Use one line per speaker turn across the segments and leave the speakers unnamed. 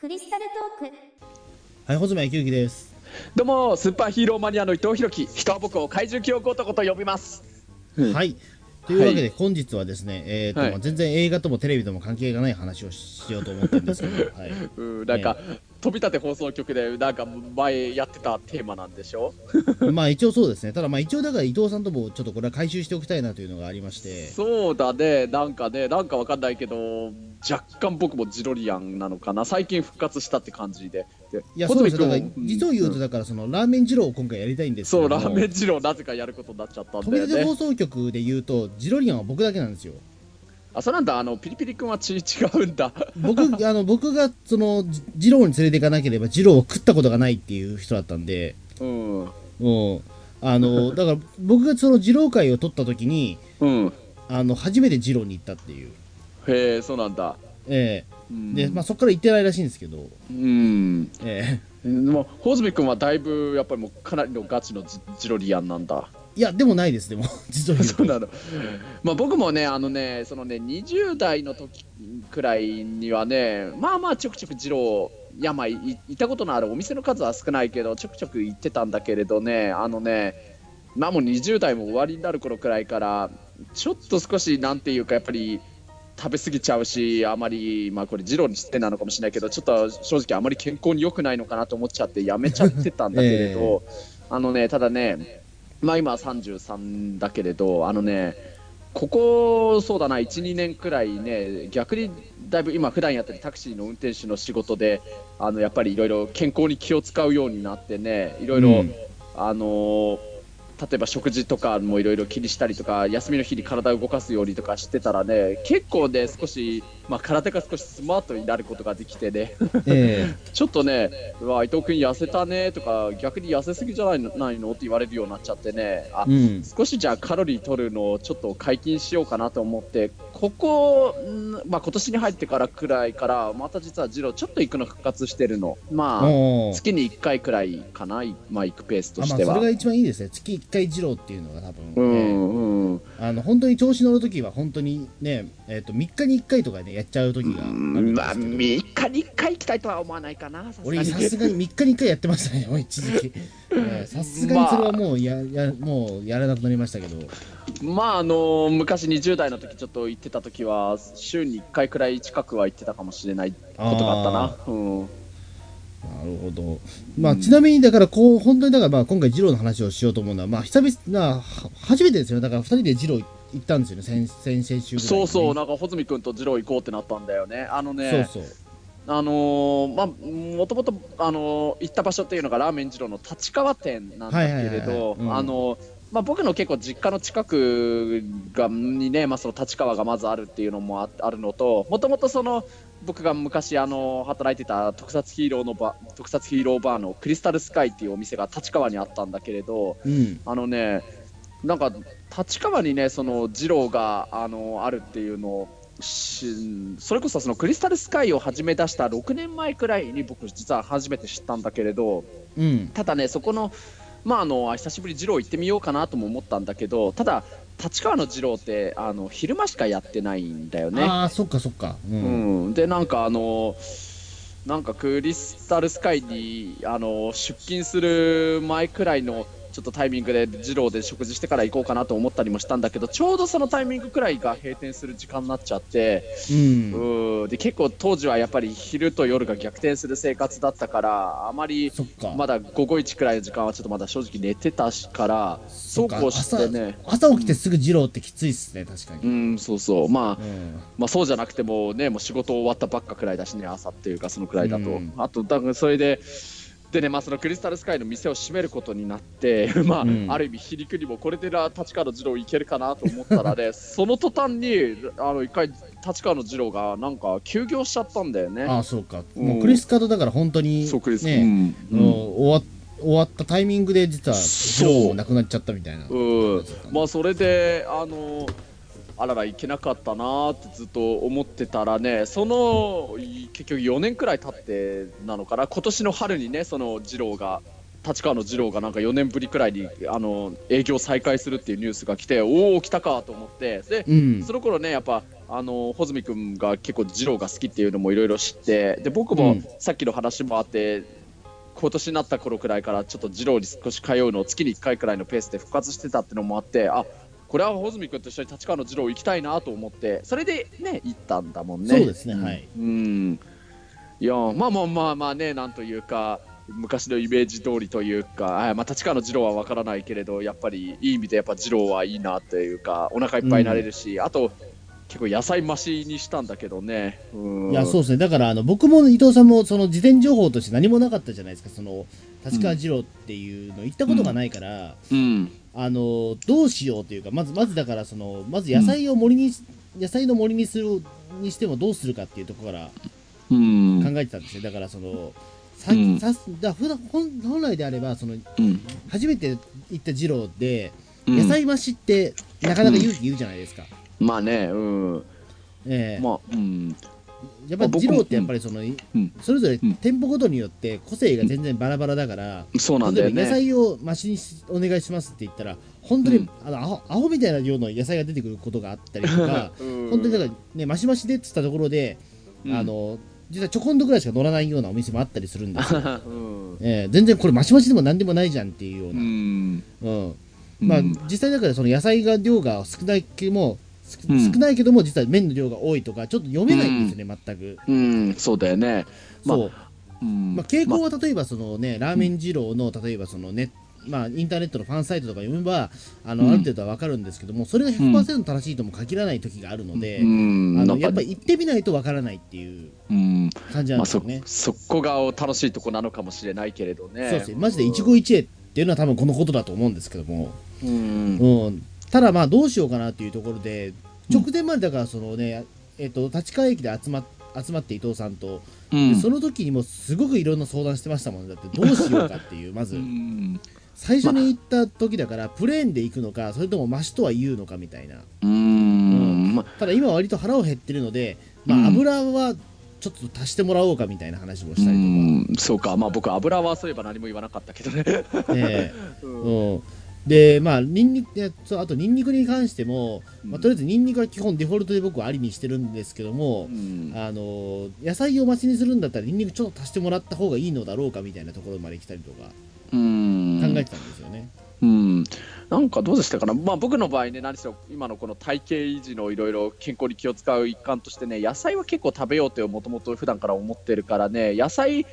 クリスタルトーク
はい、穂積之です。
どうもスーパーヒーローマニアの伊藤博樹人は僕を怪獣記憶男と呼びますうん
はい。というわけで、本日はですね、えーと
はい
まあ全然映画ともテレビとも関係がない話をしようと思ってるんですけ ど、はい、
うーなんか、飛び立て放送局でなんか前やってたテーマなんでしょ
まあ一応そうですね、ただまあ一応だから伊藤さんともちょっとこれは回収しておきたいなというのがありまして、
そうだねなんかねなんかわかんないけど若干僕もジロリアンなのかな最近復活したって感じでで
いや、
小
そうで
泉
すよ、
君も
だから実を言うと、
ん
だからそのラーメン二郎を今回やりたいんですけ
そう
ど
ラーメン
ン
二郎なぜかやることになっちゃったん
飛
だ
び
よ
出て放
ね
送局で言うと、ジロリアンは僕だけなんですよ。
あそうなんだあのピリピリ君は血違うんだ
僕、 あの、僕が、その、じ二郎に連れていかなければ、二郎を食ったことがないっていう人だったんで、
うん
うん。あの、だから、僕がその二郎会を取った時に、
うん
あの初めてジローに行ったっていう、
へえそうなんだ
え
うん
えでまあ、そこから行ってないらしいんですけど、
うん
え
でもホズミ君はだいぶやっぱりもうかなりのガチのジジロリアンなんだ
え いや、でもないです、で も、実を言う
そう
と。
なの、まあ、僕もねあのねそのね20代の時くらいにはねまあまあちょくちょくジローやまあいいたことのあるお店の数は少ないけどちょくちょく行ってたんだけれどねあのねまあもう20代も終わりになる頃くらいからちょっと少しなんていうかやっぱり食べ過ぎちゃうしあまりまあこれジローに失礼なのかもしれないけどちょっと正直あまり健康に良くないのかなと思っちゃってやめちゃってたんだけれ ど、あのねただねまあ今33だけれどあのねここそうだな12年くらいね逆にだいぶ今普段やってるタクシーの運転手の仕事であのやっぱりいろいろ健康に気を使うようになってねいろいろ、
うん
あのー例えば食事とかもいろいろ気にしたりとか休みの日に体を動かすようにとかしてたらね結構ね少し、まあ、体が少しスマートになることができてね
え
ちょっとね「うわ伊藤君痩せたね」とか逆に痩せすぎじゃないのないのって言われるようになっちゃってねあ
えうん、
少しじゃあカロリー取るのをちょっと解禁しようかなと思ってここ、んまあ、今年に入ってからくらいからまた実はジローちょっと行くの復活してるのまあ
おー
月に1回くらいかな、いまあ、行くペースと
あま
し
あ、そ
て
れ
は。
が一番いいですね、月1回二郎っていうのが多分、
う
え
んうん
えあの本当に調子乗るときは、本当にね、えっと3日に1回とかね、やっちゃうときがあるんで
まあ、
すけど、
3日に1回行きたいとは思わないかな、さすが
俺、
に
さ。すがに3日に1回やってましたね、 一時期。ええさすがにそれはもうややもうやらなくなりましたけど、
まあ、あの昔20代の時ちょっと行ってた時は、週に1回くらい近くは行ってたかもしれないことがあったな。うん、
なるほど。まあ、ちなみに、だから、こう、本当に、だから、まあ、今回、ジローの話をしようと思うのは、まあ、久々な、は初めてですよ。だから、二人でジロー行ったんですよね、先、先々週ぐらい、
そうそう、、なんか穂積君と二郎行こうってなったんだよね。あのね、
そうそう。
あのーまあ、もともと、あのー行った場所っていうのがラーメン二郎の立川店なんだけれ
はいはいはいは
ど
い、うん
あのーまあ、僕の結構実家の近くがにね、まあ、その立川がまずあるっていうのもああるのともともとその僕が昔あのー働いてた特撮ヒーローのバー特撮ヒーローバーのクリスタルスカイっていうお店が立川にあったんだけれど、
うん。
あのね、なんか立川にね、その二郎があのあるっていうのを。しそれこそそのクリスタルスカイを始め出した6年前くらいに僕実は初めて知ったんだけれど
うん。
ただねそこのまああの久しぶり二郎行ってみようかなとも思ったんだけどただ立川の二郎ってあの昼間しかやってないんだよね
ああ、そっかそっか。う。
うんん、でなんかあのなんかクリスタルスカイにあの出勤する前くらいのちょっとタイミングで二郎で食事してから行こうかなと思ったりもしたんだけどちょうどそのタイミングくらいが閉店する時間になっちゃって、
うん。
うん、で結構当時はやっぱり昼と夜が逆転する生活だったからあまり
そっか。
まだ午後1くらいの時間はちょっとまだ正直寝てたしから
そ
そ
っ
う
か
こうしてね
朝起きてすぐジローってきついっすね、確か
う
に。
んそうそうま
う
あ
ん。
まあ、そうじゃなくてもねもう仕事終わったばっかくらいだしね朝っていうかそのくらいだと、
うん
あとだからそれででねまあそのクリスタルスカイの店を閉めることになって、 まあ
うん
ある意味皮肉にもこれでら立川の二郎いけるかなと思った らねその途端にあの一回立川の二郎がなんか休業しちゃったんだよ
あ
ね。
あ、そうか。もう、クリスカとだから、本当に、
そうクリス
ね、
う
うんん
うん
終わ終わったタイミングで、実は、ジローもなくなっちゃったみたいな。
うん、まあそれであのあららいけなかったなーってずっと思ってたらねそのい結局4年くらい経ってなのかな今年の春にねその二郎が立川の二郎がなんか4年ぶりくらいにあの営業再開するっていうニュースが来ておお来たかと思ってで、
うん
その頃ねやっぱあの穂積君が結構二郎が好きっていうのもいろいろ知ってで僕
う
も
ん
さっきの話もあって、今年になった頃くらいからちょっと二郎に少し通うのを月に1回くらいのペースで復活してたってのもあってあこれは穂積君と一緒に立川の二郎行きたいなと思ってそれでね行ったんだもんね。
そうですね
ん
はい
うんいやまあまあまあまあねなんというか昔のイメージ通りというか、あまあ、立川の二郎は分からないけれどやっぱりいい意味でやっぱ二郎はいいなというかお腹いっぱいになれるし、あと結構野菜増しにしたんだけどねうん
いや、そうですね。だから、あの、僕も伊藤さんも、その、事前情報として何もなかったじゃないですか。その、立川二郎っていうの、行ったことがないから、
うん
あの、どうしようというか、まず、まずだから、その、まず野菜を森に、野菜の森にする、にしてもどうするかっていうところから
うん
考えてたんですね。だから、その、さ、
うん
さ、だ普段、本本来であれば、その、
うん
初めて行った二郎で、
うん
野菜増しって、なかなか勇気いるじゃないですか。
まあねうん
ええ
まあうん
やっぱり二郎ってやっぱりその、
うん
それぞれ
うん
店舗ごとによって個性が全然バラバラだから、
そうなんだ
例
よ
えば野
ね
菜をマシにしお願いしますって言ったら本当に、
うん
あのアホアホみたいな量の野菜が出てくることがあったりと か
うん
本当にだからねマシマシでっつったところで、
うん
あの実はちょこんどぐらいしか乗らないようなお店もあったりするんですよ、
うん
ええ全然これマシマシでも何でもないじゃんっていうよう
う
な、
ん
うんまあ、
うん
実際だからその野菜が量が少ないけどもす
うん
少ないけども実は麺の量が多いとかちょっと読めないんですよね、全く。
うんそうだよねまあ
そう
うん
まあ、傾向は例えばその、ね、ラーメン二郎の例えばその、ねまあ、インターネットのファンサイトとか読めばあの、
う
あ
ん
る程度は分かるんですけどもそれが100%正しいとも限らない時があるので、
うん
あ
な
の
んか
やっぱり行ってみないと分からないっていう
うん
感じなん
まあ、
ですよ
そ
ね。
そこが楽しいとこなのかもしれないけれどね。
そうですねマジで一期一会っていうのは多分このことだと思うんですけども、
うん
うん、ただまあどうしようかなっていうところで直前までだからその、ねえっと立川駅で集ま集まって伊藤さんと、
う
で
ん
その時にもすごくいろんな相談してましたもんねだってどうしようかっていう まず。
うん
最初に行った時だから、プレーンで行くのかそれともマシとは言うのかみたいな
うんま
ただ今割と腹を減ってるので、まあ
うん
油はちょっと足してもらおうかみたいな話も
う
したり
んそうか、まあ、僕、油はそういえば何も言わなかったけどね。
とか、ね
う
う
ん
ん、でまあニンニクでそうあとニンニクに関しても、まあ、
うん
とりあえずニンニクは基本デフォルトで僕はありにしてるんですけども、
うん
あの野菜を待ちにするんだったらニンニクちょっと足してもらった方がいいのだろうかみたいなところまで来たりとか
うん
考えてたんですよね。
うんなんかどうでしたかな、まあ、僕の場合ね、何しろ今のこの体型維持のいろいろ健康に気を使う一環としてね、野菜は結構食べようともともと普段から思ってるからね、野菜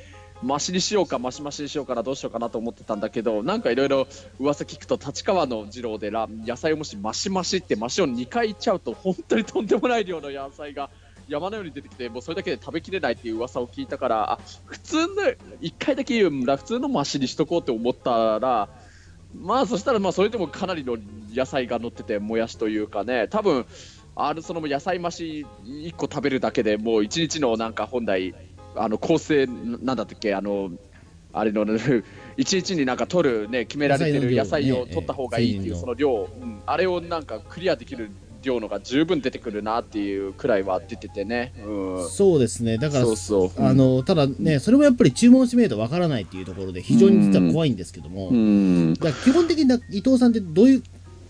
マシにしようか、マシマシにしようかな、どうしようかなと思ってたんだけど、なんかいろいろ噂聞くと、立川の二郎でラ野菜をもしマシマシって、マシを2回いっちゃうと、本当にとんでもない量の野菜が。山のように出てきて、もうそれだけで食べきれないっていう噂を聞いたから、あ普通の、1回だけ言うんだ、普通のマシにしとこうって思ったら、まあそしたらまあそれでもかなりの野菜が乗っててもやしというかね多分あのその野菜増し1個食べるだけでもう1日のなんか本来あの構成なんだったっけあのあれの 1日になんか取るね決められてる野
野菜
菜
の量ね
を取った方がいいってい
え
う
え
その量、うんあれをなんかクリアできる量のが十分出てくるなっていうくらいは出ててね、うん、
そうですねだから
そうそう、うん
あのただね、それもやっぱり注文しないとわからないっていうところで、非常に実は怖いんですけども、
うん
だから基本的にだ伊藤さんって、どういう、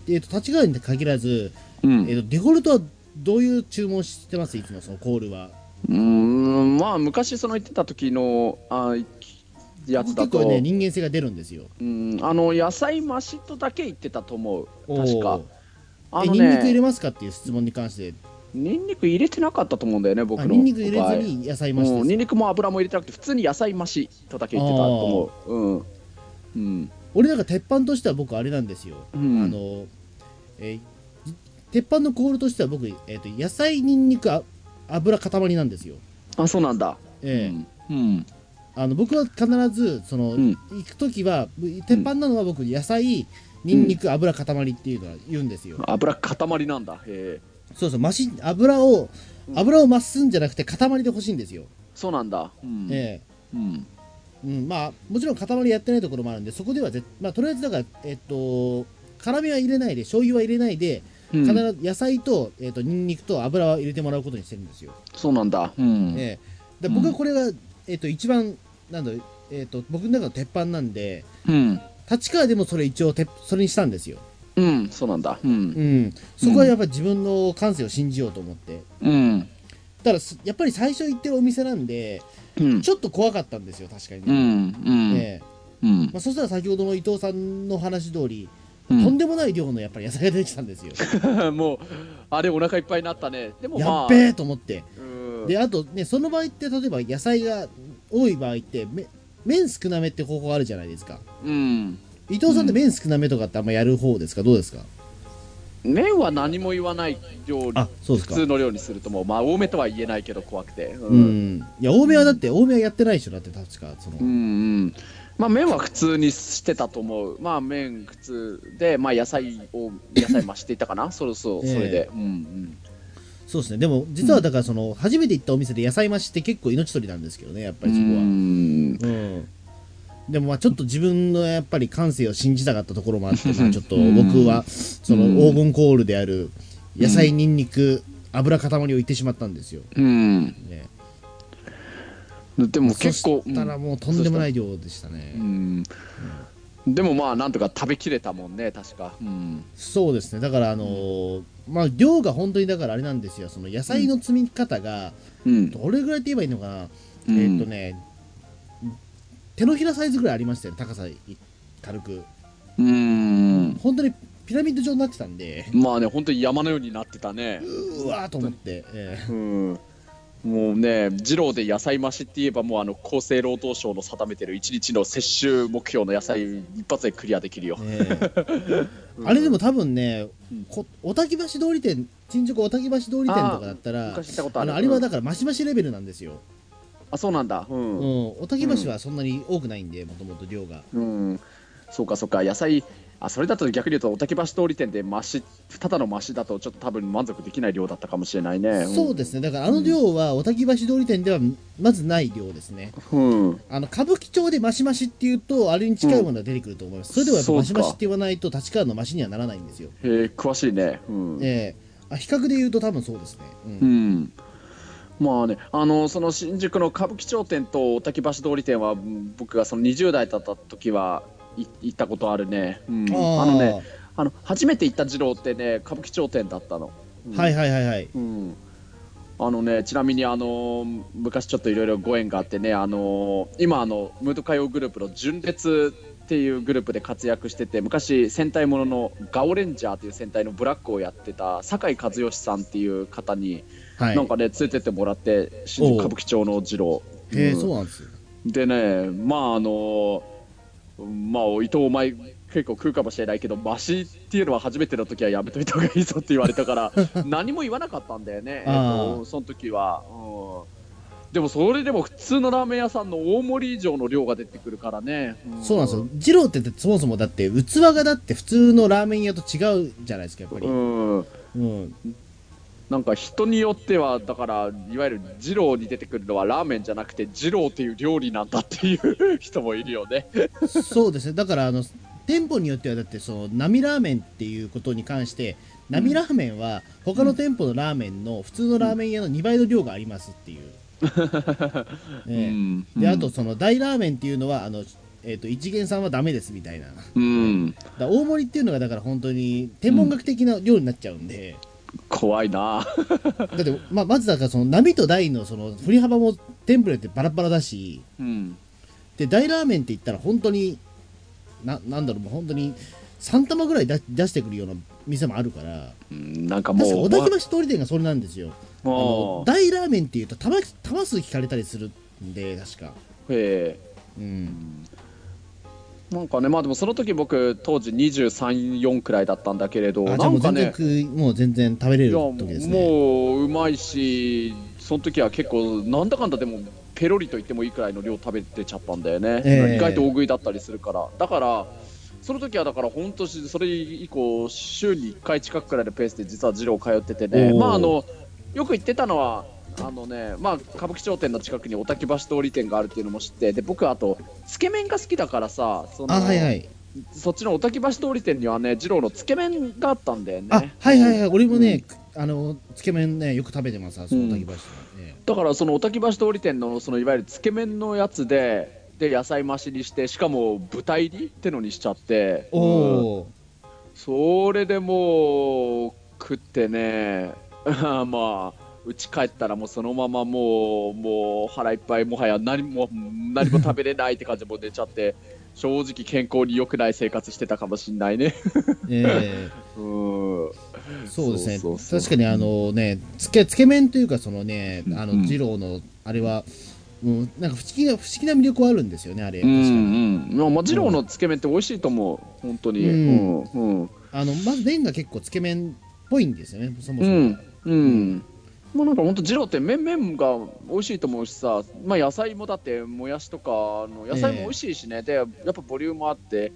えー、と立ち側に限らず、
うん
えーと、デフォルトはどういう注文してます、いつもそのコールは。
うーんまあ昔その言ってた時のあやつだ
結
と、
構ね、人間性が出るんですよ。
うんあの野菜増しとだけ言ってたと思う確
お
か
ー
あ
え、
の
ニンニク入れ
ね
ますかっていう質問に関して、
ニンニク入れてなかったと思うんだよね僕
あ
の
ニンニク入
場合
れずに野菜増し
うん
で
ニ
す。
ンニクも油も入れてなくて普通に野菜増しとだけ言ってたと思ううんうん
俺なんか鉄板としては僕、あれなんですよ。
うん
あの、えー鉄板のコールとしては僕、えー、と野菜、ニンニク、あ油塊なんですよ。
あそうなんだ
えー
うんうん
あの僕は必ずその、
うん
行く時は鉄板なのは僕野菜にんにく油塊っていうのは言うんですよ、
油塊なんだへえ
そうそうマシ油を
うん
油を増すんじゃなくて塊で欲しいんですよ、
そうなんだうん、
え
うん
えうん、まあもちろん塊やってないところもあるんでそこではぜ、まあ、とりあえずだからえっと辛みは入れないで醤油は入れないで
うん
必ず野菜と、えっと、ニンニクと油は入れてもらうことにしてるんですよ、
そうなんだうん
ええで僕はこれが、えっと、一番なんだろうえー、と僕の中の鉄板なんで
うん。
立川でもそれ一応てそれにしたんですよ、
うん、そうなんだ。うん。
うん、そこはやっぱ自分の感性を信じようと思って
うん。
ただすやっぱり最初行ってるお店なんで
うん。
ちょっと怖かったんですよ確かに
う
ね、
ん。うん。
ええ
うん。
まあ、そしたら先ほどの伊藤さんの話通り、
う
と
ん
んでもない量のやっぱり野菜が出てきたんですよ
もう、あれ、お腹いっぱいになったね。でも、
や
まあ
っ、べえと思って
うん
であとねその場合って例えば野菜が多い場合ってめ麺少なめって方法あるじゃないですか
うん。
伊藤さんって
うん
麺少なめとかってあんまやる方ですかどうですか
麺は何も言わない料理
あ。そうです
普
か
通の量にするともう、まあ、多めとは言えないけど怖くて。う
う。んいや多めはだって多めはやってないでしょだって確かその
うんうん。まあ、麺は普通にしてたと思う。まあ、麺普通で、まあ、野菜を、野菜増していったかな。そうそう、それで。うん
そうですねでも実はだからその初めて行ったお店で野菜増しって結構命取りなんですけどねやっぱ
うん。
りそこは
うん
うんでもまあちょっと自分のやっぱり感性を信じたかったところもあって、
う
まあ
ん
ちょっと僕はその黄金コールである野菜、ニンニク、油塊を言ってしまったんですよ。
うん。
ね、
でも結構、
そしたらもうとんでもない量でしたね。
うんうんでもまあなんとか食べきれたもんね確かうん
そうですね。だからあのーまあ量が本当にだからあれなんですよ。その野菜の積み方が
うん
どれぐらいって言えばいいのかな。
うん
えーっとね、手のひらサイズぐらいありましたよね。高さい軽く。
うん
本当にピラミッド状になってたんで。
まあね本当に山のようになってたね
うわーと思って、え
うんもうね二郎で野菜増しって言えばもうあの厚生労働省の定めてる一日の摂取目標の野菜一発でクリアできるよ
え、ええあれでも多分ね
うん、
こおたき橋通り店、新宿おたき橋通り店とかだったら、あ
昔したことある
のあれはだからマシマシレベルなんですよ。
あそうなんだう
うん
ん、
おたき橋はそんなに多くないんで、もともと量が。
うん、そうかそうか野菜あそれだと逆に言うとおたけ橋通り店で増しただの増しだとちょっと多分満足できない量だったかもしれないね
そうですね、だからあの量はおたき橋通り店ではまずない量ですね。
うん
あの歌舞伎町でマシマシっていうと、あれに近いものが出てくると思います。それでもやっぱマシマシって言わないと、立川のマシにはならないんですよ。
へえ詳しいねうん、
ええあ比較で言うと多分そうですね。うん
うんまあねあのその新宿の歌舞伎町店とおたけ橋通り店はうん僕がその20代だった時はい行ったことあるね、うん、
ー
あのねあの初めて行った二郎ってね歌舞伎町店だったの、うん
はいはいはいはい。
うん、あのねちなみにあのー昔ちょっといろいろご縁があってねあのー今あのムード歌謡グループの純烈っていうグループで活躍してて昔戦隊もののガオレンジャーっていう戦隊のブラックをやってた酒井和義さんっていう方に、
はい、
なんかね連れてってもらって新宿歌舞伎町の二郎、
ええ
うん
そうなんですよ。
でねまああのーまあ伊藤お前結構食うかもしれないけどマシっていうのは初めての時はやめといた方がいいぞって言われたから 何も言わなかったんだよね、えっ
あ
と、その時は、うん、でもそれでも普通のラーメン屋さんの大盛り以上の量が出てくるからね、
そうなんですよ。二郎ってだってそもそもだって器がだって普通のラーメン屋と違うじゃないですか、やっぱり。うん。
うん、なんか人によってはだからいわゆる二郎に出てくるのはラーメンじゃなくて二郎っていう料理なんだっていう人もいるよね
そうですね。だから、あの、店舗によってはだってその、並ラーメンっていうことに関して、並ラーメンは他の店舗のラーメンの普通のラーメン屋の2倍の量がありますっていう。
う
え
ん
えで、あとその大ラーメンっていうのは、あの、えっ、と、一元さんはダメですみたいな。だか
うん
ら大盛りっていうのがだから本当に天文学的な量になっちゃうんで。
怖いな
だって、まあ、まずだからその波と大のその振り幅もテンプレってバラバラだし
うん
で大ラーメンって言ったら本当にななんだろうもう本当に3玉ぐらい出出してくるような店もあるから
うんなんかも
確か
う
小田島市通り店がそれなんですよあの
もう
大ラーメンっていうと玉玉数聞かれたりするんで確か
え
うん
えなんかねまあでもその時僕当時234くらいだったんだけれど
あじゃ
な
あも
ん
う
か
全然
ね
食い、もう全然食べれ
い
る
やも
時ですね
ううまいしその時は結構なんだかんだでもペロリと言ってもいいくらいの量食べてちゃったんだよね、
ええ
意外と大食いだったりするからだからその時はだから本当しそれ以降週に1回近くくらいのペースで実は二郎通っててね
おー
まああのよく行ってたのはあのねまあ歌舞伎町店の近くにおたき橋通り店があるっていうのも知ってで僕あとつけ麺が好きだからさその
あはいはい
そっちのおたき橋通り店にはね二郎のつけ麺があったんだよね
あはいはいはい俺もね、あのつけ麺ねよく食べてますあそこの滝橋とかね、
だからそのおたき橋通り店のそのいわゆるつけ麺のやつでで野菜増しにしてしかも豚入りってのにしちゃって
おお
それでもう食ってね まあうち帰ったらもうそのままもうもう腹いっぱいもはや何も何も食べれないって感じでもう寝ちゃって 正直健康に良くない生活してたかもしんな いね
ー、え
うん
ー、そうですね
そうそうそう
確かにあのねつけつけ麺というかそのねあの
うん
二郎のあれは、うん、なんか不思議な不思議な魅力はあるんですよねあれ
う
確かに、
んうんまあもちろんのつけ麺って美味しいと思う本当に
う
うんんうん
あのまず麺が結構つけ麺っぽいんですよねそも
う
そも、
んうんもうなんか本当二郎って麺麺が美味しいと思うしさまあ野菜もだってもやしとかあの野菜も美味しいしね、でやっぱボリュームあって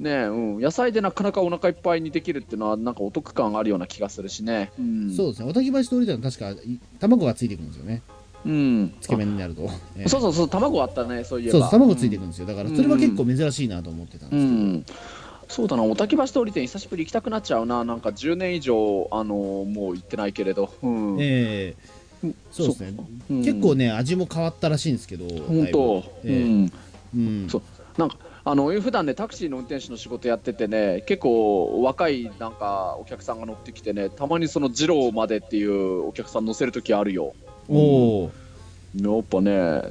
ねうん野菜でなかなかお腹いっぱいにできるっていうのはなんかお得感あるような気がするしねうん
そうですねおたき橋通りでは確かい卵がついてくるんですよね
うん
つけ麺になると、えー
あそうそうそう卵あったねそういえば
そうです卵ついて
く
くるんですよだからそれは結構珍しいなと思ってたんで
う
すけど、
ん、そうだな、おたき橋通り店、久しぶり行きたくなっちゃうな、なんか10年以上、あのもう行ってないけれど、うん
ええ
うん
そうですね、
うん
結構ね味も変わったらしいんですけど
本
だ
当、
いぶええ
うん、
うん
そうなんかあの普段ね、タクシーの運転手の仕事やっててね、結構若いなんかお客さんが乗ってきてね、たまにその二郎までっていうお客さん乗せるときあるよ、
おお
やっぱね、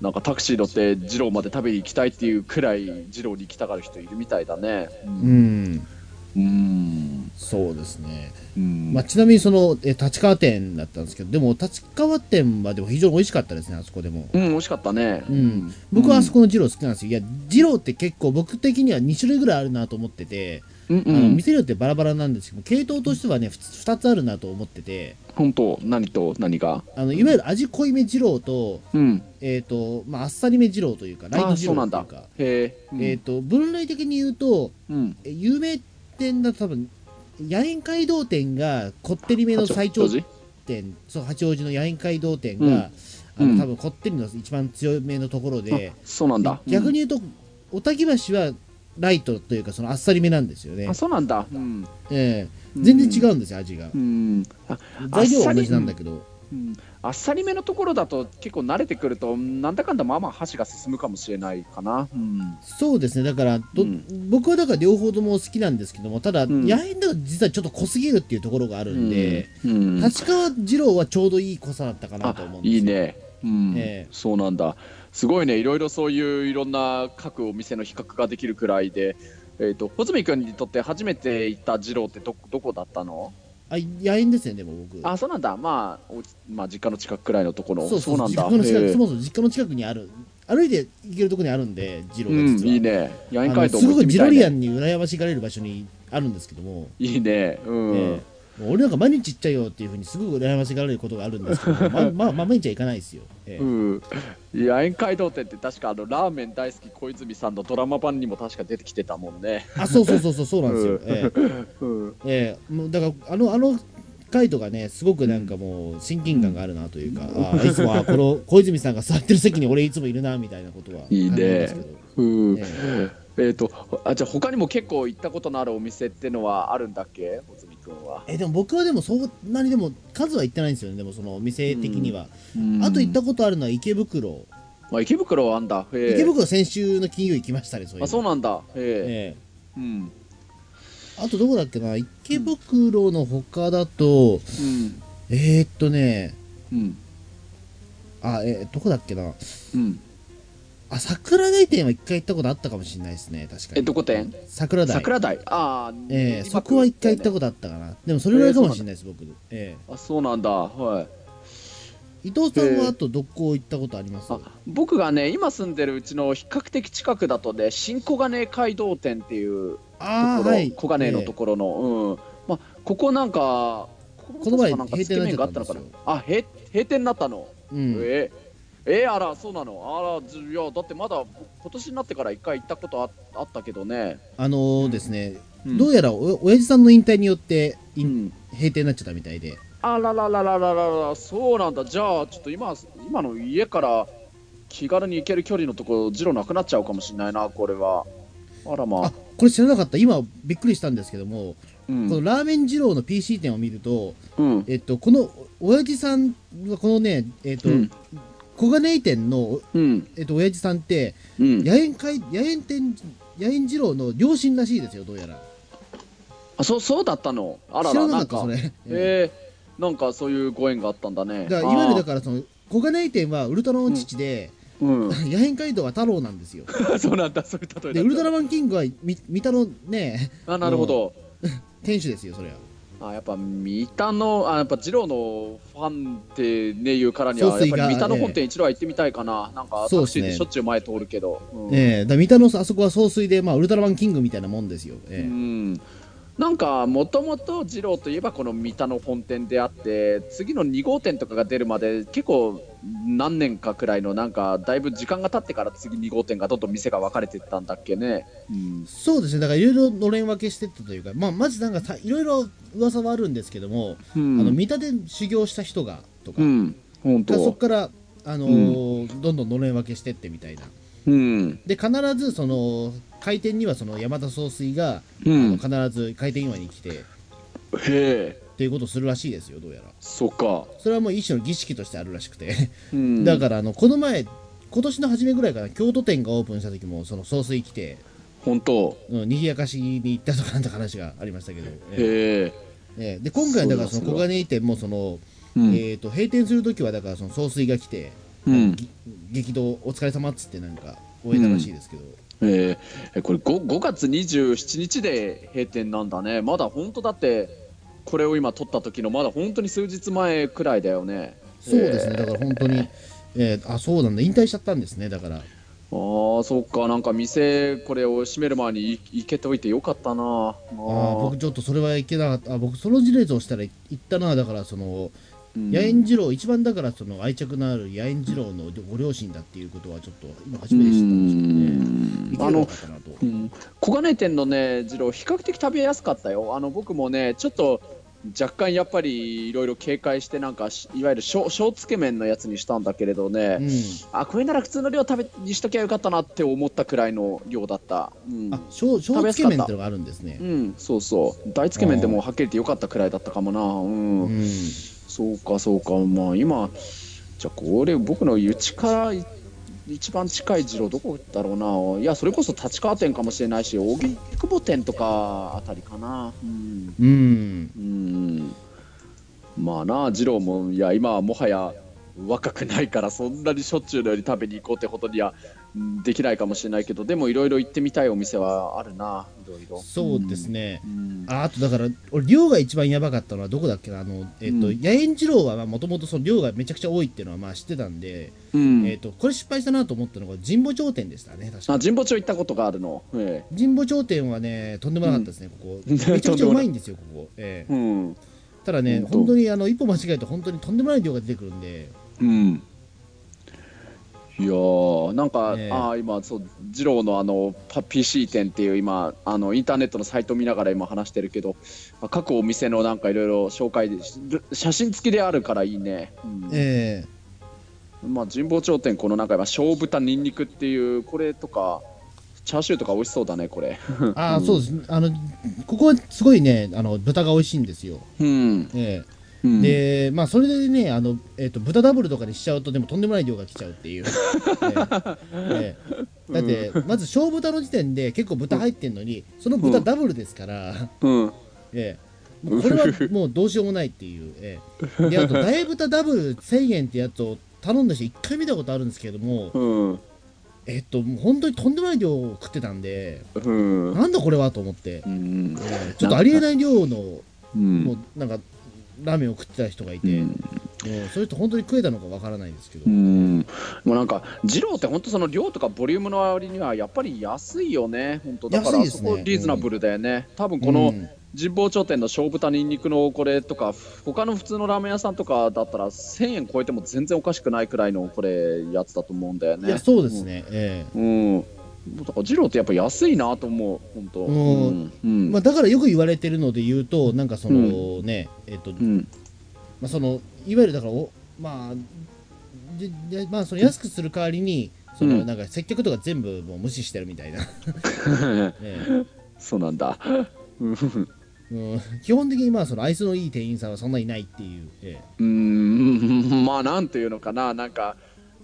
なんかタクシー乗って二郎まで食べに行きたいっていうくらい、二郎に行きたがる人いるみたいだね。
ーうん
うん、
そうですね、
うん
まあ、ちなみにそのえ立川店だったんですけどでも立川店はでも非常に美味しかったですねあそこでも
うん、美味しかったね。
うん、僕はあそこの二郎好きなんですよ。いや、二郎って結構僕的には2種類ぐらいあるなと思ってて、
うんう
あの
ん、
店によってバラバラなんですけど、系統としてはね、ふつ2つあるなと思ってて、
本当何と何が
あのいわゆる味濃いめ二郎と、
うん
えっ、と、まあ、あっさりめ二郎というか、ライト
あ
二
そう
郎
な
とい
ん
う
だ
か、
へえうん
えっ、と、分類的に言うと、
うん
え有名店だと多分、野苑街道店がこってりめの最長
八
店、そう、八王子の野苑街道店が、
うん
あ
うん
の多分こってりの一番強めのところ
王
で
子あ、そうなんだ
逆に言うと、おたき橋はライトというか、そのあっさりめなんですよ
う
ね
んあ。そうなんだうん
ええ全然違うんですよ、味が
う。んあ
材料は同じなんだけど。
うんあっさりめのところだと結構慣れてくるとなんだかんだまあまあ箸が進むかもしれないかなうん
そうですね、だから、ど
うん
僕はだから両方とも好きなんですけども、ただ、
ん
野辺だと実はちょっと濃すぎるっていうところがあるんで、
うん
立川二郎はちょうどいい濃さだったかな
あ
と思うんですよ
いい。ねうん
ええ
そうなんだすごいねいろいろそういういろんな各お店の比較ができるくらいでえっと穂積君にとって初めて行った二郎ってどどこだったの
あ、野辺ですね、でも僕。
あ、そうなんだ。まあ、おまあ、実家の近くくらいのところ。
そうそう、
なん
実
だ。
家の近
へ
く、
え
そもそも実家の近くにある、歩いて行けるところにあるんで、二郎
う
が
ん、
実は。
いいね。ヤ
あ
イン
の
カイト
すごくジロリア
ン。
ンに羨ましがれる場所にあるんですけども、
いいね。うん。
ええ俺なんか毎日行っちゃうよっていうふうにすごく羨ましがられることがあるんですけ ど、まあまあ、まあ、毎日は行かないですよ。ええ
うん、野宴街道店って確かあのラーメン大好き小泉さんのドラマ版にも確か出てきてたもんね。
あ、そうそうそうそう、そうなんですよ。ええ
うん、
ええもうだから、あの、あの、回とかね、すごくなんかもう親近感があるなというか、ああいつもあこの小泉さんが座ってる席に俺いつもいるなみたいなことは感
い
じ
いね
ますけど。
うん。
え
えっ、と、あ、じゃあ他にも結構行ったことのあるお店ってのはあるんだっけ小泉君は。
えでも僕はでもそんなにでも数は行ってないんですよね、でもそのお店的には。あと行った
こ
ことあるのは池袋。
と。あ、池袋はあんだ。へえ
池袋先週の金曜行きましたね、そういう。
あ、そうなんだ。へえ。
ええ
うん。
あとどこだっけな池袋の他だと、
うん。
えー、っとね、
うん。
あ、えーどこだっけな
うん。
あ、桜台店は一回行ったことあったかもしれないですね、確かに。
えどこ店
桜台。
桜台。ああ、
えーそこは一回行った
こ
ことあったかな。でもそれぐらいかもしれないです、僕。え
とあそうなんだ。はい。
え伊藤さん
え
は
ー
あとどこ行ったことあります
あ僕がね、今住んでるうちの比較的近くだとね、新小金井街道店っていうと
あ
こ
ー
ろ、
はい。
小金井のところの、うん。まあ、ここなんか、こ
この前
確かなんか
閉店になっちゃったんです
つけ
よ
麺があったのかな。あ、閉閉店になったの。
ええうん。
えええあら、そうなの。あら、ずいや、だってまだこ今年になってから一回行ったことああったけどね。
あのーですね、
うん
どうやらお親父さんの引退によって、い
うん
閉店になっちゃったみたいで。
あらららららららそうなんだ。じゃあ、ちょっと今、今の家から気軽に行ける距離のところ、ジロなくなっちゃうかもしれないな、これは。あらま
あ
あ。、
これ知らなかった。今びっくりしたんですけども、
う
この
ん。
ラーメン二郎の PC 店を見ると、
うん。
えっと、このお親父さんがこのね、えっと、
うん
小金井店の、
うん、
えっと、親父さんって、
うん、
野猿会、野猿店、野猿二郎の両親らしいですよ、どうやら。
あそうそうだったのあら
知ら
ら
な
な
かっ
ん
た、
か
それ。え
えー、なんかそういうご縁があったんだね
えだからいわゆるだ
か
から、その、小金井店はウルトラマン父で、
ら、う
野猿街道は太郎なんですよ。
ん、 そうなんだそう いう例えだった
で、ウルトラマンキングはみ三田のね、
あなるほど、
店主ですよ、それは。
あやっぱ三田のあやっぱ二郎のファンってね言うからに
総
はやっ
帥
ぱ
が
り三田の本店一度は行ってみたいかな、なんかタクシーでしょっちゅう前通るけどう,、ん
ええだから三田のあそこは総帥で、まあ、ウルトラマンキングみたいなもんですよ。
う
ええ
んなんかもともと二郎といえばこの三田の本店であって次の2号店とかが出るまで結構何年かくらいのなんかだいぶ時間が経ってから次2号店がどんどん店が分かれてったんだっけね、うん、
そうですね、だからいろいろのれん分けしてったというか、まあ、まずなんかさいろいろ噂はあるんですけども、あの三田で修行した人がとか、
うん本
だからそ
当
こから、あのーどんどんのれん分けしてってみたいな。
うん
で、必ずその開店にはその山田総帥が、
う
あの
んへ
必ず開店祝いに来てっ
え
ていうことをするらしいですよ、どうやら。
そっか、
それはもう一種の儀式としてあるらしくて。
うん、
だからあのこの前今年の初めぐらいかな京都店がオープンした時もその総帥来て、
本当
うん、賑やかしに行ったとかなんとか話がありましたけど、え
へえ
えで今回だから
そ
そ
うだ
の小金井店もその、
うん
えー、と閉店する時はだからその総帥が来て、
うん
ぎ激動お疲れ様っつってなんか終えたらしいですけど、
えー、これ 5, 5月27日で閉店なんだねまだ本当だってこれを今撮った時のまだ本当に数日前くらいだよね
そうですねだから本当に、えーあそうなんだ引退しちゃったんですねだから
ああそっかなんか店これを閉める前にい行けておいてよかったなあ
ああ僕ちょっとそれはいけなかったあ僕その事例をしたら行ったなだからその
うん
野猿二郎、一番だからその愛着のある野猿二郎のご両親だっていうことはちょっと今初めて知ったんですけどね。
うん
あのかったなと
うん小金井店のね二郎比較的食べやすかったよあの僕もねちょっと若干やっぱりいろいろ警戒してなんかしいわゆる小小つけ麺のやつにしたんだけれどね、
うん、
あこれなら普通の量食べにしときゃよかったなって思ったくらいの量だったうん
あ、しょう、しょ
食べ
う
や
つけ
すかった
麺ってのがあるんですね
う。ん、そうそう大つけ麺でもはっきり言ってよかったくらいだったかもなうん、
うん、
そうかそうかまあ今じゃあこれ僕の家からい一番近い二郎どこだろうないやそれこそ立川店かもしれないし荻窪店とかあたりかなうん
うん、
うんまあな二郎もいや今はもはや若くないからそんなにしょっちゅうのように食べに行こうってことにはうんできないかもしれないけどでもいろいろ行ってみたいお店はあるないろいろ
そうですね。
うん
ああとだから俺量が一番やばかったのはどこだっけなあのえっ、と、
うん
野猿二郎はもともとその量がめちゃくちゃ多いっていうのはまあ知ってたんで、
うん
えっ、とこれ失敗したなと思ったのが神保町店でしたね確か
あ神保町行ったことがあるのえ
神保町店はねとんでもなかったですね、ここめちゃくちゃうまいんですよここ、ええ
えうん
ただね、
うん
本当にあの一歩間違えると本当にとんでもない量が出てくるんで、
うんいやーなんか、
ねえ
あー今そう二郎のあのパ PC 店っていう今あのインターネットのサイト見ながら今話してるけどあ各お店のなんかいろいろ紹介でし写真付きであるからいいね、うん
え
まあ神保町店この中今小豚にんにくっていうこれとかチャーシューとか美味しそうだねこ
え
れ
ああ、そうですあのここはすごいねあの豚が美味しいんですよ、
うん、
え
うん
えでまあそれでねあの、えっと豚ダブルとかにしちゃうとでもとんでもない量が来ちゃうって いう、ええええだって、まず小豚の時点で結構豚入ってんのにその豚ダブルですから、
うん
ええもうこれはもうどうしようもないっていう、ええであ と大豚ダブル1000円ってやつを頼んだし一回見たことあるんですけども、
うん
えっと、もう本当にとんでもない量を食ってたんで、
うん
なんだこれはと思って
う、ん
えーちょっとありえない量の、
うん
もうなんか、ラーメンを食ってた人がいて、
うん
もうそれと本当に食えたのかわからないですけど、
うんもうなんか二郎って本当その量とかボリュームの割にはやっぱり安いよね本当だか
安い
ら
です
そ
ね
こリーズナブルだよね、多分こ
う
の
ん
神保町店の小豚にんにくのこれとか他の普通のラーメン屋さんとかだったら1000円超えても全然おかしくないくらいのこれやつだと思うんだよ
いや、
ね
そうですね、え
うんだから二郎ってやっぱ安いなと思う本当
うん
うん
えまあ、だからよく言われてるので言うと、なんかそのね、えっと、
うん
まあ、そのいわゆるだからお、まあででまあ、その安くする代わりに、そうの
ん
なんか接客とか全部もう無視してるみたいな、 ええ
そうなんだ
うん、基本的にまあその愛想のいい店員さんはそんなにいないっていう。ええ
うーんまあなんていうのかななんか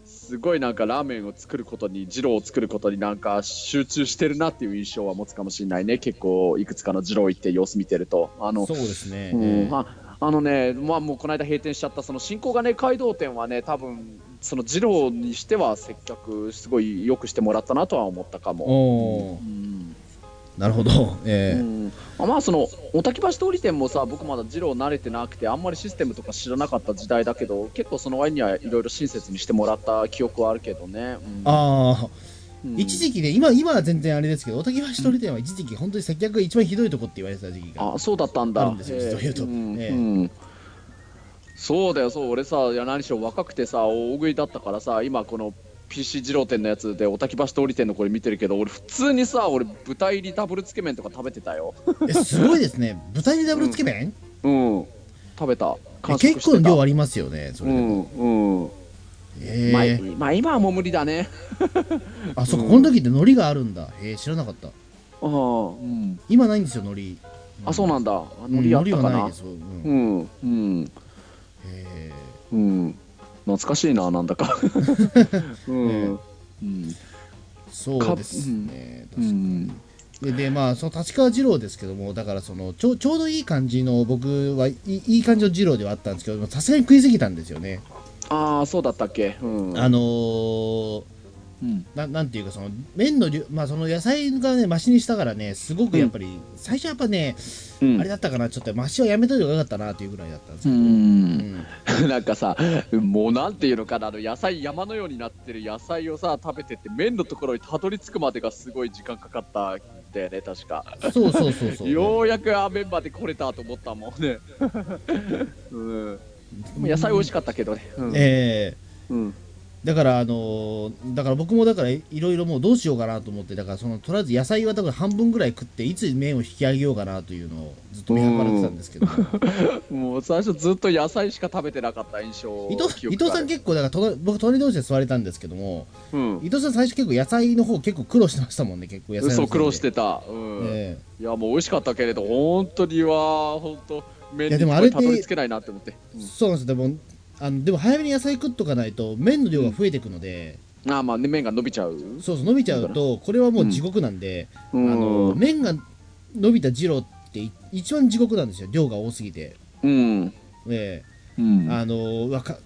すごいなんかラーメンを作ることに二郎を作ることになんか集中してるなっていう印象は持つかもしれないね結構いくつかの二郎行って様子見てるとあの
そうですね。
うんああのね、まあ、もうこの間閉店しちゃったその新興がね街道店はね多分その二郎にしては接客すごい良くしてもらったなとは思ったか
お
も。
お
うん
ー、なるほど。え
う
ー
んあまあそのおたき橋通り店もさ僕まだ二郎慣れてなくてあんまりシステムとか知らなかった時代だけど結構その割にはいろいろ親切にしてもらった記憶はあるけどね、うん
ああ、
うん
一時期ね、今、今は全然あれですけど、おたき橋鳥店は一時期、本当に接客が一番ひどいとこって言われてた時期が。
あそうだったんだ。
あるんですよ
ええ
そういうと
ん
ええ
うんそうだよ、そう、俺さ、いや何しろ若くてさ、大食いだったからさ、今この PC 二郎店のやつで、おたき橋通り店のこれ見てるけど、俺普通にさ、俺豚入りダブルつけ麺とか食べてたよ。
え、すごいですね。豚にダブルつけ麺
うん。食べた。
え
完食
結
して
構
た
の量ありますよね、そうれでも。
ん、うん。
え
まあ、
ー
まあ今はもう無理だね。
あ、そっか、
うん
この時って海苔があるんだ。えー、知らなかった。
あ,、うん、
今ないんですよ、海苔。
あ、そうなんだ。あ
うん
海苔あったか
海苔は
な。
ないです。うん
うん、うん、
え
うん。懐かしいな、なん だか。うん。うん
ーそうですね、
う
確か
ん
にででまあその立川二郎ですけどもだからそのちょちょうどいい感じの僕はいいいい感じの二郎ではあったんですけどさすがに食いすぎたんですよね、
ああそうだったっけうん
あのー
うん
ななんていうかその麺の量まあその野菜がねマシにしたからねすごくやっぱり、最初やっぱね、
うん
あれだったかなちょっとマシはやめといた方がよかったなというぐらいだったんです
う
けど、う
ん
ん
なんかさもうなんていうのかなあの野菜山のようになってる野菜をさ食べてって麺のところにたどり着くまでがすごい時間かかったんだよね確か
そうそうそうそう
ようやくあメンバーで来れたと思ったもんね、うん、でも野菜美味しかったけどねうん
ええ
うん
だからあのーだから僕もだからいろいろもうどうしようかなと思ってだからそのとりあえず野菜はだから半分ぐらい食っていつ麺を引き上げようかなというのをずっと見計らってたんですけど
もう最初ずっと野菜しか食べてなかった印象
伊藤
記
伊
憶
藤
があ
さ
る
ん結構だから隣僕隣同士で座れたんですけども
うん
伊藤さん最初結構野菜の方結構苦労してましたもんね結構野菜の
嘘
方で
苦労してたうん
え
いやもう美味しかったけれど本当には本当麺
いや
に
で
こ
もあ
こ
れっ
に
て
たどり着けないなって思って、
えそうなんですよでもあのでも早めに野菜食っとかないと麺の量が増えていくので、
うんああまあね麺が伸びちゃう、
そうそう伸びちゃうとこれはもう地獄なんで、
う
あの
ん
麺が伸びた二郎ってい一番地獄なんですよ量が多すぎて。
うん
ええ
うん
あのわか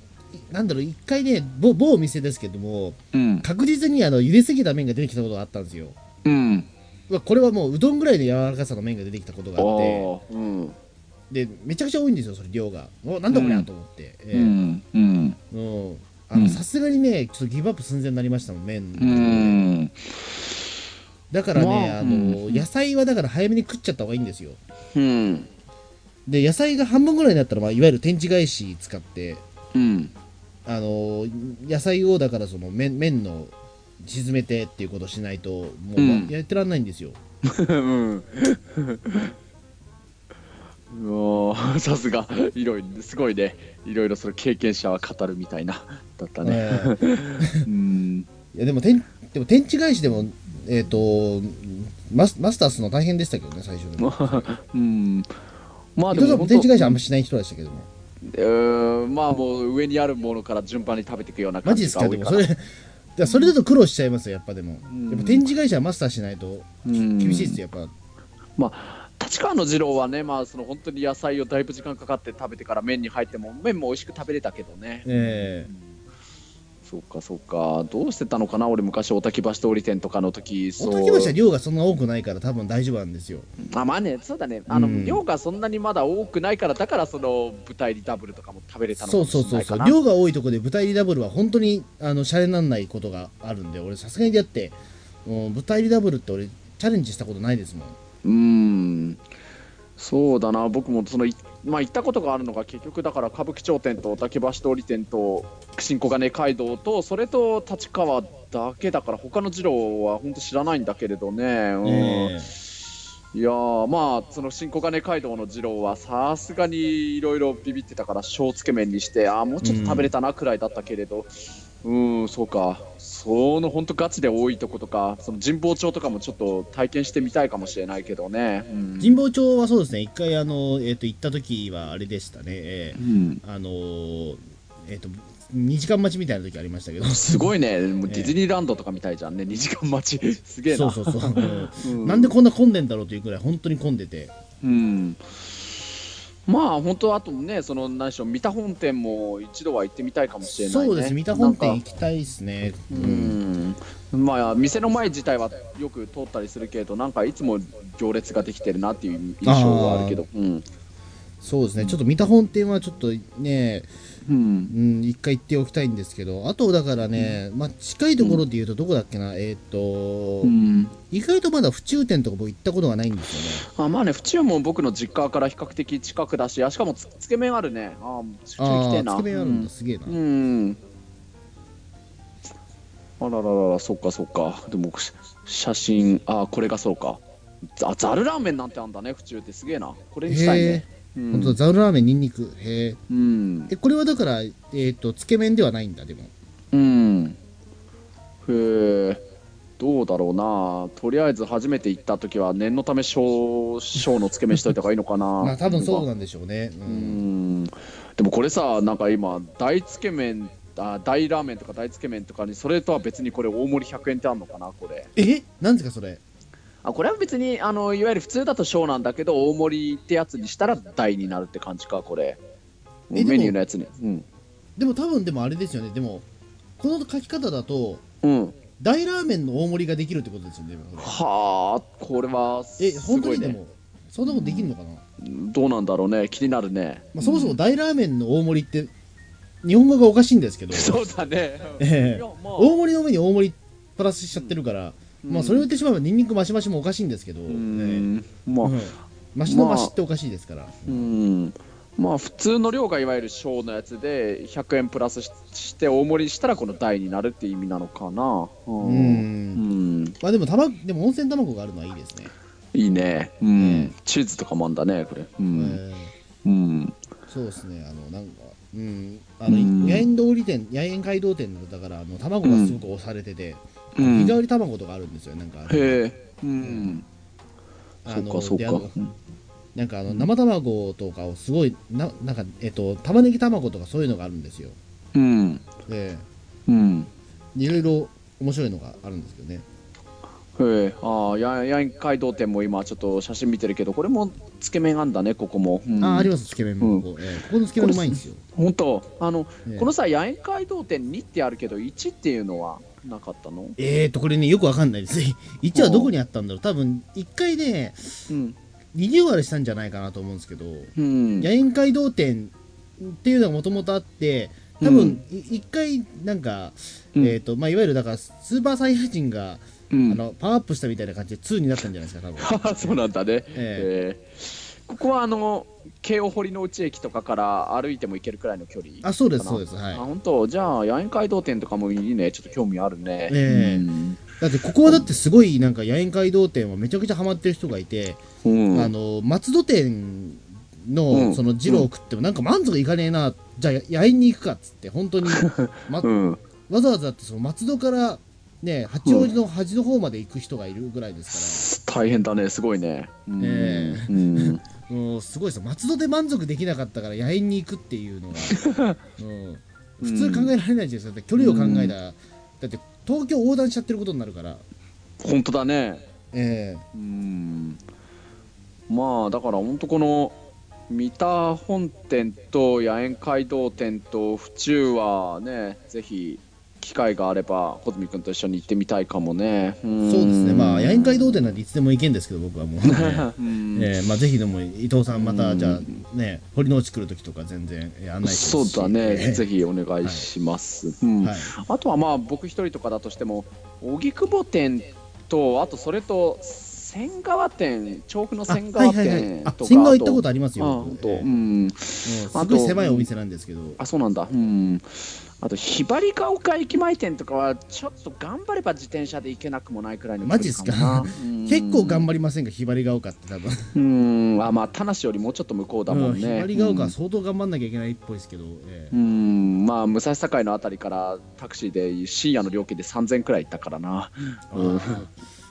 なんだろう一回ね某某お店ですけども
うん
確実にあの茹ですぎた麺が出てきたことがあったんですよ
うん
うわこれはもううどんぐらいの柔らかさの麺が出てきたことがあって
おーうん
でめちゃくちゃ多いんですよそれ量がおなんだこりゃと思ってえ
う
え
んうん
うんあ
う
の
ん
さすがにねちょっとギブアップ寸前になりましたもん麺、
うん
だからね、
まあ
あの
うん
野菜はだから早めに食っちゃった方がいいんですよ
うん
で野菜が半分ぐらいになったら、まあ、いわゆる天地返し使って
うん
あの野菜をだからその麺麺の沈めてっていうことをしないともう、
うん
やってらんないんですよ
うんうおーさすがいろいろすごいねいろいろその経験者は語るみたいなだったね、
えー
うん
いやでも天でも天地返しでもえっ、とマスマスターするの大変でしたけどね最初でも
まあうんまあ
伊
で
藤さ
も
んも
本
天
当
地返しあんましない人でしたけども
うーんまあもう上にあるものから順番に食べていくような
マ
感
ジ
じ
です
が
か
多
で
い
も
か
そ
ら
れだからそれだと苦労しちゃいますよやっぱでも、
ん
やっぱ天地返しはマスターしないと厳
厳
しいですよやっぱ
立川の二郎はねまあその本当に野菜をだいぶ時間かかって食べてから麺に入っても麺も美味しく食べれたけどね
ええ
そうかそうかどうしてたのかな俺昔おたき橋通り店とかの時そ
お
う
ときましは量がそんな多くないから多分大丈夫なんですよ
あまあねそうだねあの、
うん
量がそんなにまだ多くないからだからその豚入りダブルとかも食べれたのか
そう
もし
そう
れ
そ
な
うそう
いかな
量が多いとこで豚入りダブルは本当にあのシャレになんないことがあるんで俺さすがにだってもう豚入りダブルって俺チャレンジしたことないですもん
うーんそうだな僕もそのいまあ行ったことがあるのが結局だから歌舞伎町店と竹橋通り店と新小金井街道とそれと立川だけだから他の二郎は本当知らないんだけれどね、うん
ええ
いやーまあその新小金井街道の二郎はさすがにいろいろビビってたから小つけ麺にしてあーもうちょっと食べれたなくらいだったけれどうんんそうかその本当ガチで多いとことかその神保町とかもちょっと体験してみたいかもしれないけどねうん
神保町はそうですね一回あの、えー、と行った時はあれでしたね、え
うん
ーあのーえっ、と2時間待ちみたいな時ありましたけど
すごいね、もうディズニーランドとかみたいじゃんね、2時間待ち、 すげえ
そ
な。
うそうそう、う ん
うん
なんでこんな混んでんだろうというくらい本当に混んでて
うん、まあ本当あとねその何でしょう三田本店も一度は行ってみたいかもしれない、ね、
そうです三田本
な
店
ん
行
か
きたいですねう
うんんまあ店の前自体はよく通ったりするけどなんかいつも行列ができてるなっていう印象はあるけどうん、
そうですねちょっと三田本店はちょっとね
うん、
うん、一回行っておきたいんですけどあとだからね、まあ、近いところで言うとどこだっけな、えーっ、と、
うん
意外とまだ府中店とか僕行ったことがないんですよね
あまあね府中も僕の実家から比較的近くだしあしかもつつけ麺あるねあー府中行き
あ
て
あ
え
ー
な
つけ麺あるんだ、すげえな、
うん。あらららら、そっかそっか。でも、し写真、あ、これがそうか。ざざるラーメンなんてあんだね、府中ってすげえな。これにしたい
へ
ね
え。、
う
ほんとだ
ん。
ザルラーメンにんにくへえ
うん。
えこれはだからえーっ、とつけ麺ではないんだでも
うん。へえ。どうだろうな。とりあえず初めて行った時は、念のため小、小のつけ麺しといた方がいいのか な。
まあ多分そうなんでしょうね、う
うんんでもこれさなんか今大つけ麺あ大ラーメンとか大つけ麺とかにそれとは別にこれ大盛り100円ってあんのかなこれ
えなんですかそれ
あこれは別にあのいわゆる普通だと小なんだけど大盛りってやつにしたら大になるって感じかこれ
えでも
メニューのやつにうん、
でも多分でもあれですよねでもこの書き方だと
うん、
大ラーメンの大盛りができるってことですよねでもこ
はあこれは
れえ
す
本当
ごい
にで
ね
もそんなことできるのかな、
どうなんだろうね気になるね、
まあ、そもそも大ラーメンの大盛りって日本語がおかしいんですけど、
そうだね
ええ
いやまあ
大盛りの上に大盛りプラスしちゃってるから、まあそれを言ってしまえばニンニクマシマシもおかしいんですけど、
う
え
んま
え
あ
うんマシのマシっておかしいですから、
うんまあ普通の量がいわゆる小のやつで100円プラスしして大盛りしたらこの台になるって意味なのかなう
うん
うん
まあでも卵でも温泉卵があるのはいいですね、
いいねうん、
うん
チーズとかもあんだねこれう
え
ん、
え
うん、
そうですねあのなんかうんあの
うん
野縁通り店野縁街道店だからあの卵がすごく押されてて、
うん、
日替
へ
わり卵とかあるんですよなんか
えうん
あの
そっかそっ
であ
か
の
うん
なんかあの生卵とかをすごいななんかえっと玉ねぎ卵とかそういうのがあるんですよ
うん、
で
うん
いろいろ面白いのがあるんですけどね
へえああややん街道店も今ちょっと写真見てるけどこれもつけ麺あんだねここも、うん、
あありますつけ麺もここ、ええここのつけ麺うまいんですよ
本当あの、
ええ
このさ野苑街道店2ってあるけど1っていうのはなかったの
えーとこれねよくわかんないです 一はどこにあったんだろう多分一回ね
うん
リニューアルしたんじゃないかなと思うんですけど
うん
野宴街道店っていうのがもともとあって多
う
分
ん
い一回なんか、
うん
えっ、とまあいわゆるだからスーパーサイヤ人が、
う
あ
ん、
のパワーアップしたみたいな感じで2になったんじゃないですか多分
そうなんだね、
え
えーここはあの京王堀之内駅とかから歩いても行けるくらいの距離
あそうです
かな
そうですはい
あ本当じゃあ野苑街道店とかもいいねちょっと興味あるね
ええ
うん
だってここはだってすごいなんか野宴街道店はめちゃくちゃハマってる人がいて、
うん
あの松戸店
う
の
ん
その二郎を食ってもなんか満足いかねえなじゃあ野宴に行くかっつって本 当に、ま
うん
わざわざだってその松戸からね八王子の端の方まで行く人がいるぐらいですから。
大変だねすごいねうん
ええ
うん
もうすごいですよ松戸で満足できなかったから野縁に行くっていうのが、 うん、普通考えられないじゃないですかだって距離を考えたら、だって東京横断しちゃってることになるから
本当だね
え
うんまあだから本当この三田本店と野苑街道店と府中はねぜひ機会があれば小泉君と一緒に行ってみたいかもね
え
ん
そうですねまあ野縁街道店なんていつでも行けんですけど僕はもう、ね
う ん
ええまあぜひでも伊藤さんま
う
た
ん
じゃあね堀之内来る時とか全然ええ案内し
そ
ま
う
すし
だね、
ええ
ぜひお願いします、うん
はい、
あとはまあ僕一人とかだとしても荻窪店とあとそれと仙川店調布の
あ
仙川
はいはいはい
店
あ
とか
仙川行ったこと
あ
あります
とあ
よ
本当、
僕ええ
う
もうんす
あ
ごい
と
狭いお店なんですけど
あそうなんだうんあとひばりが丘駅前店とかはちょっと頑張れば自転車で行けなくもないくらいの
マジっすか 結構頑張りませんかひばりが丘って多分
るうんあまあ田無よりもうちょっと向こうだもんね、
ひばりが丘は相当頑張んなきゃいけないっぽいですけど、え
う
え
んまあ武蔵境のあたりからタクシーで深夜の料金で3000くらい行ったからな、うん
あ あ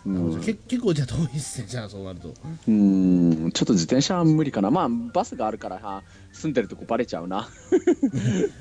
じゃあけ結構じゃあ遠いっすねじゃあそうなると
うんちょっと自転車は無理かなまあバスがあるからは住んでるとこバレちゃうな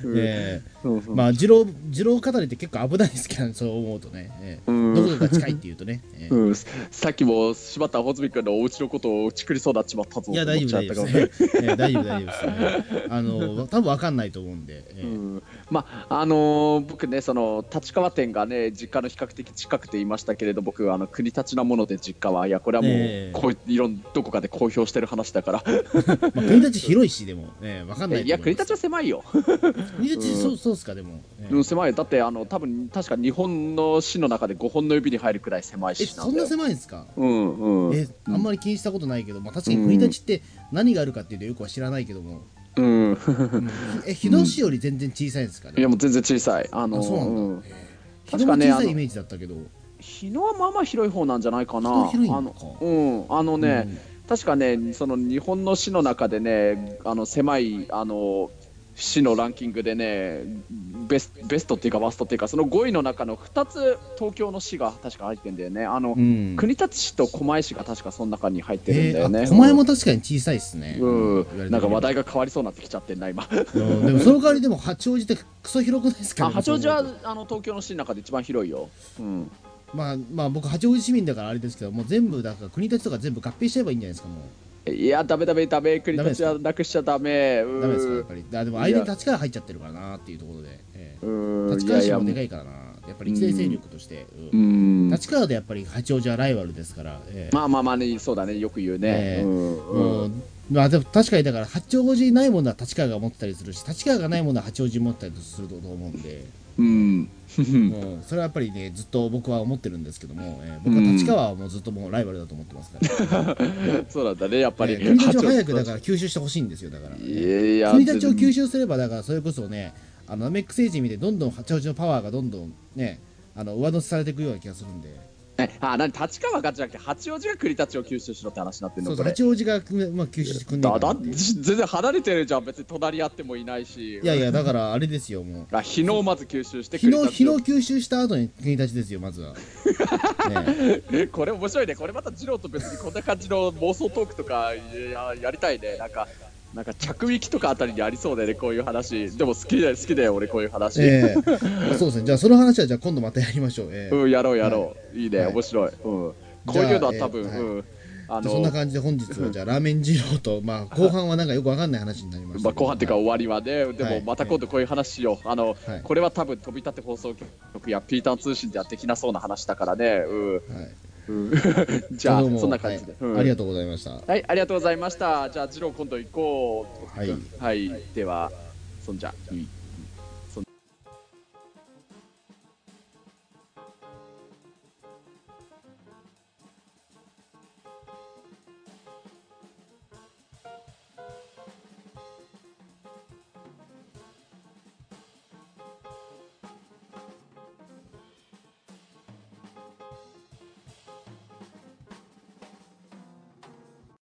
うん
え
そうそ
え
う
まあ二郎二郎語りって結構危ないですけどねそう思うとね、ええ
うん
どこが近いっていうとね、ええ
うん、さっきも柴田穂積君のお家のことをちくりそうなっちまったぞ
いや
と思
大
っち
丈夫
ゃ
大
った
丈
か
夫です、
も
ねええ大丈夫大丈夫です、ええあの多分わかんないと思うんで、ええ
うんまああのー僕ねその立川店がね実家の比較的近くて言いましたけれど僕あの国立なもので実家はいやこれはもう、
ええ
こういろんどこかで公表してる話だから
まあ、国立広いしでも、ええわかんない
いや国立
は
は狭いよ、
国立
うん
そうそうっすかでも、ええ
うん、狭いよだってあの多分確か日本の市の中で5本の指に入るくらい狭い
え
市な
そ
ん
んな
だよ
狭いんですか
うんうん
えあんまり気にしたことないけど、まあ、確かに国立って何があるかっていうとよくは知らないけども、
うん
うんえ日野市より全然小さいんですか
い
ね、
やもう全然小さいあの
あそうなんだ、
うん
ええ日
確
野
か
も
ね
小
あ
さ
の
いイメージだったけど、
日野はまあまあ広い方なんじゃないかな
日野広い
あ
の
の
か
うんあのね、確かね、その日本の市の中でね、あの狭いあの市のランキングでねベス、ベストっていうか、ワーストっていうか、その5位の中の2つ、東京の市が確か入ってるんだよね、あの
うん、うん
国立市と狛江市が確かその中に入ってるん
え
だよね。
ーあ狛江も確かに小さいですね、
う
言われてみれ
ん、
ば
なんか話題が変わりそうになってきちゃってんな、 今。
うんでもその代わりでも八王子ってクソ広くないですか、
あ
ね、
八王子は
そう思う
あの東京の市の中で一番広いよ。うん、
とまあまあ僕八王子市民だからあれですけどもう全部だから国立とか全部合併しちゃえばいいんじゃないですかも
いや、だめだめだめ、国立はなくしちゃだめ。
う
う
ダメですかやっ
ん
ぱりあでも間に立川入っちゃってるからなっていうところで、え
う
え
ん、
立
い
川
やい
市
や、
も
う
でかいからなやっぱり一大勢力として、うん
ん。
立川でやっぱり八王子はライバルですから、ええ
まあまあまあね、そうだね、よく言うね。
ええ
うん
もうまあでも確かにだから八王子にないものは立川が持ってたりするし立川がないものは八王子持ってたりすると思うんで、
うん。
もうそれはやっぱりねずっと僕は思ってるんですけども、えー僕は立川はもうずっともうライバルだと思ってますから、
そうなんだね、やっぱり。
えー国立を早くだ
ら。
から吸収してほしいんですよだから、
いやいや。
国立を吸収すればだからそれこそねあのアメック星人見てどんどん八王子のパワーがどんどんねあの上乗せされていくような気がするんで
えあ、なに、立川がじゃなくて、八王子が国立を吸収しろって話になってん
そ
の
うそ
こ
う
れ。
八王子が、まあ、吸収してくんねえ
だ
かな
だ
っていう
全然離れてるじゃん、別に隣り合ってもいないし。
いやいやだからあれですよもう
あ、日野をまず吸収して
日の日
日
の吸収した後に国立ですよま ずは、ね、
これ面白いね、これまた二郎と別にこんな感じの妄想トークとかいややりたいね、なんか。なんか着域とかあたりにありそうだよね、こういう話。でも好きだよ、好きだよ、俺こういう話。
えーそうですねじゃあその話はじゃあ今度またやりましょう、えー
うん、やろうやろう。いいね、
はい
面白い。うん。こう
じゃあ
いうのは多分、
えーはい
うん。あ
でそんな
の、
感じで本日はじゃあラーメン二郎と、まあ、後半はなんかよくわかんない話になりましたけど、
まあ、後半っていうか
はい
終わりはね、で
は
も
い
また今度こういう話しよう。あの
はい、
これは多分飛び立て放送局やピーターン通信ではできなそうな話だからね。
はい
うん。うん、 じゃあ、
どうも
そんな感じで
は。い
うん
ありがとうございました、
はい、ありがとうございました。じゃあ、次郎今度行こう。
はい
はい、では、そんじゃ。うん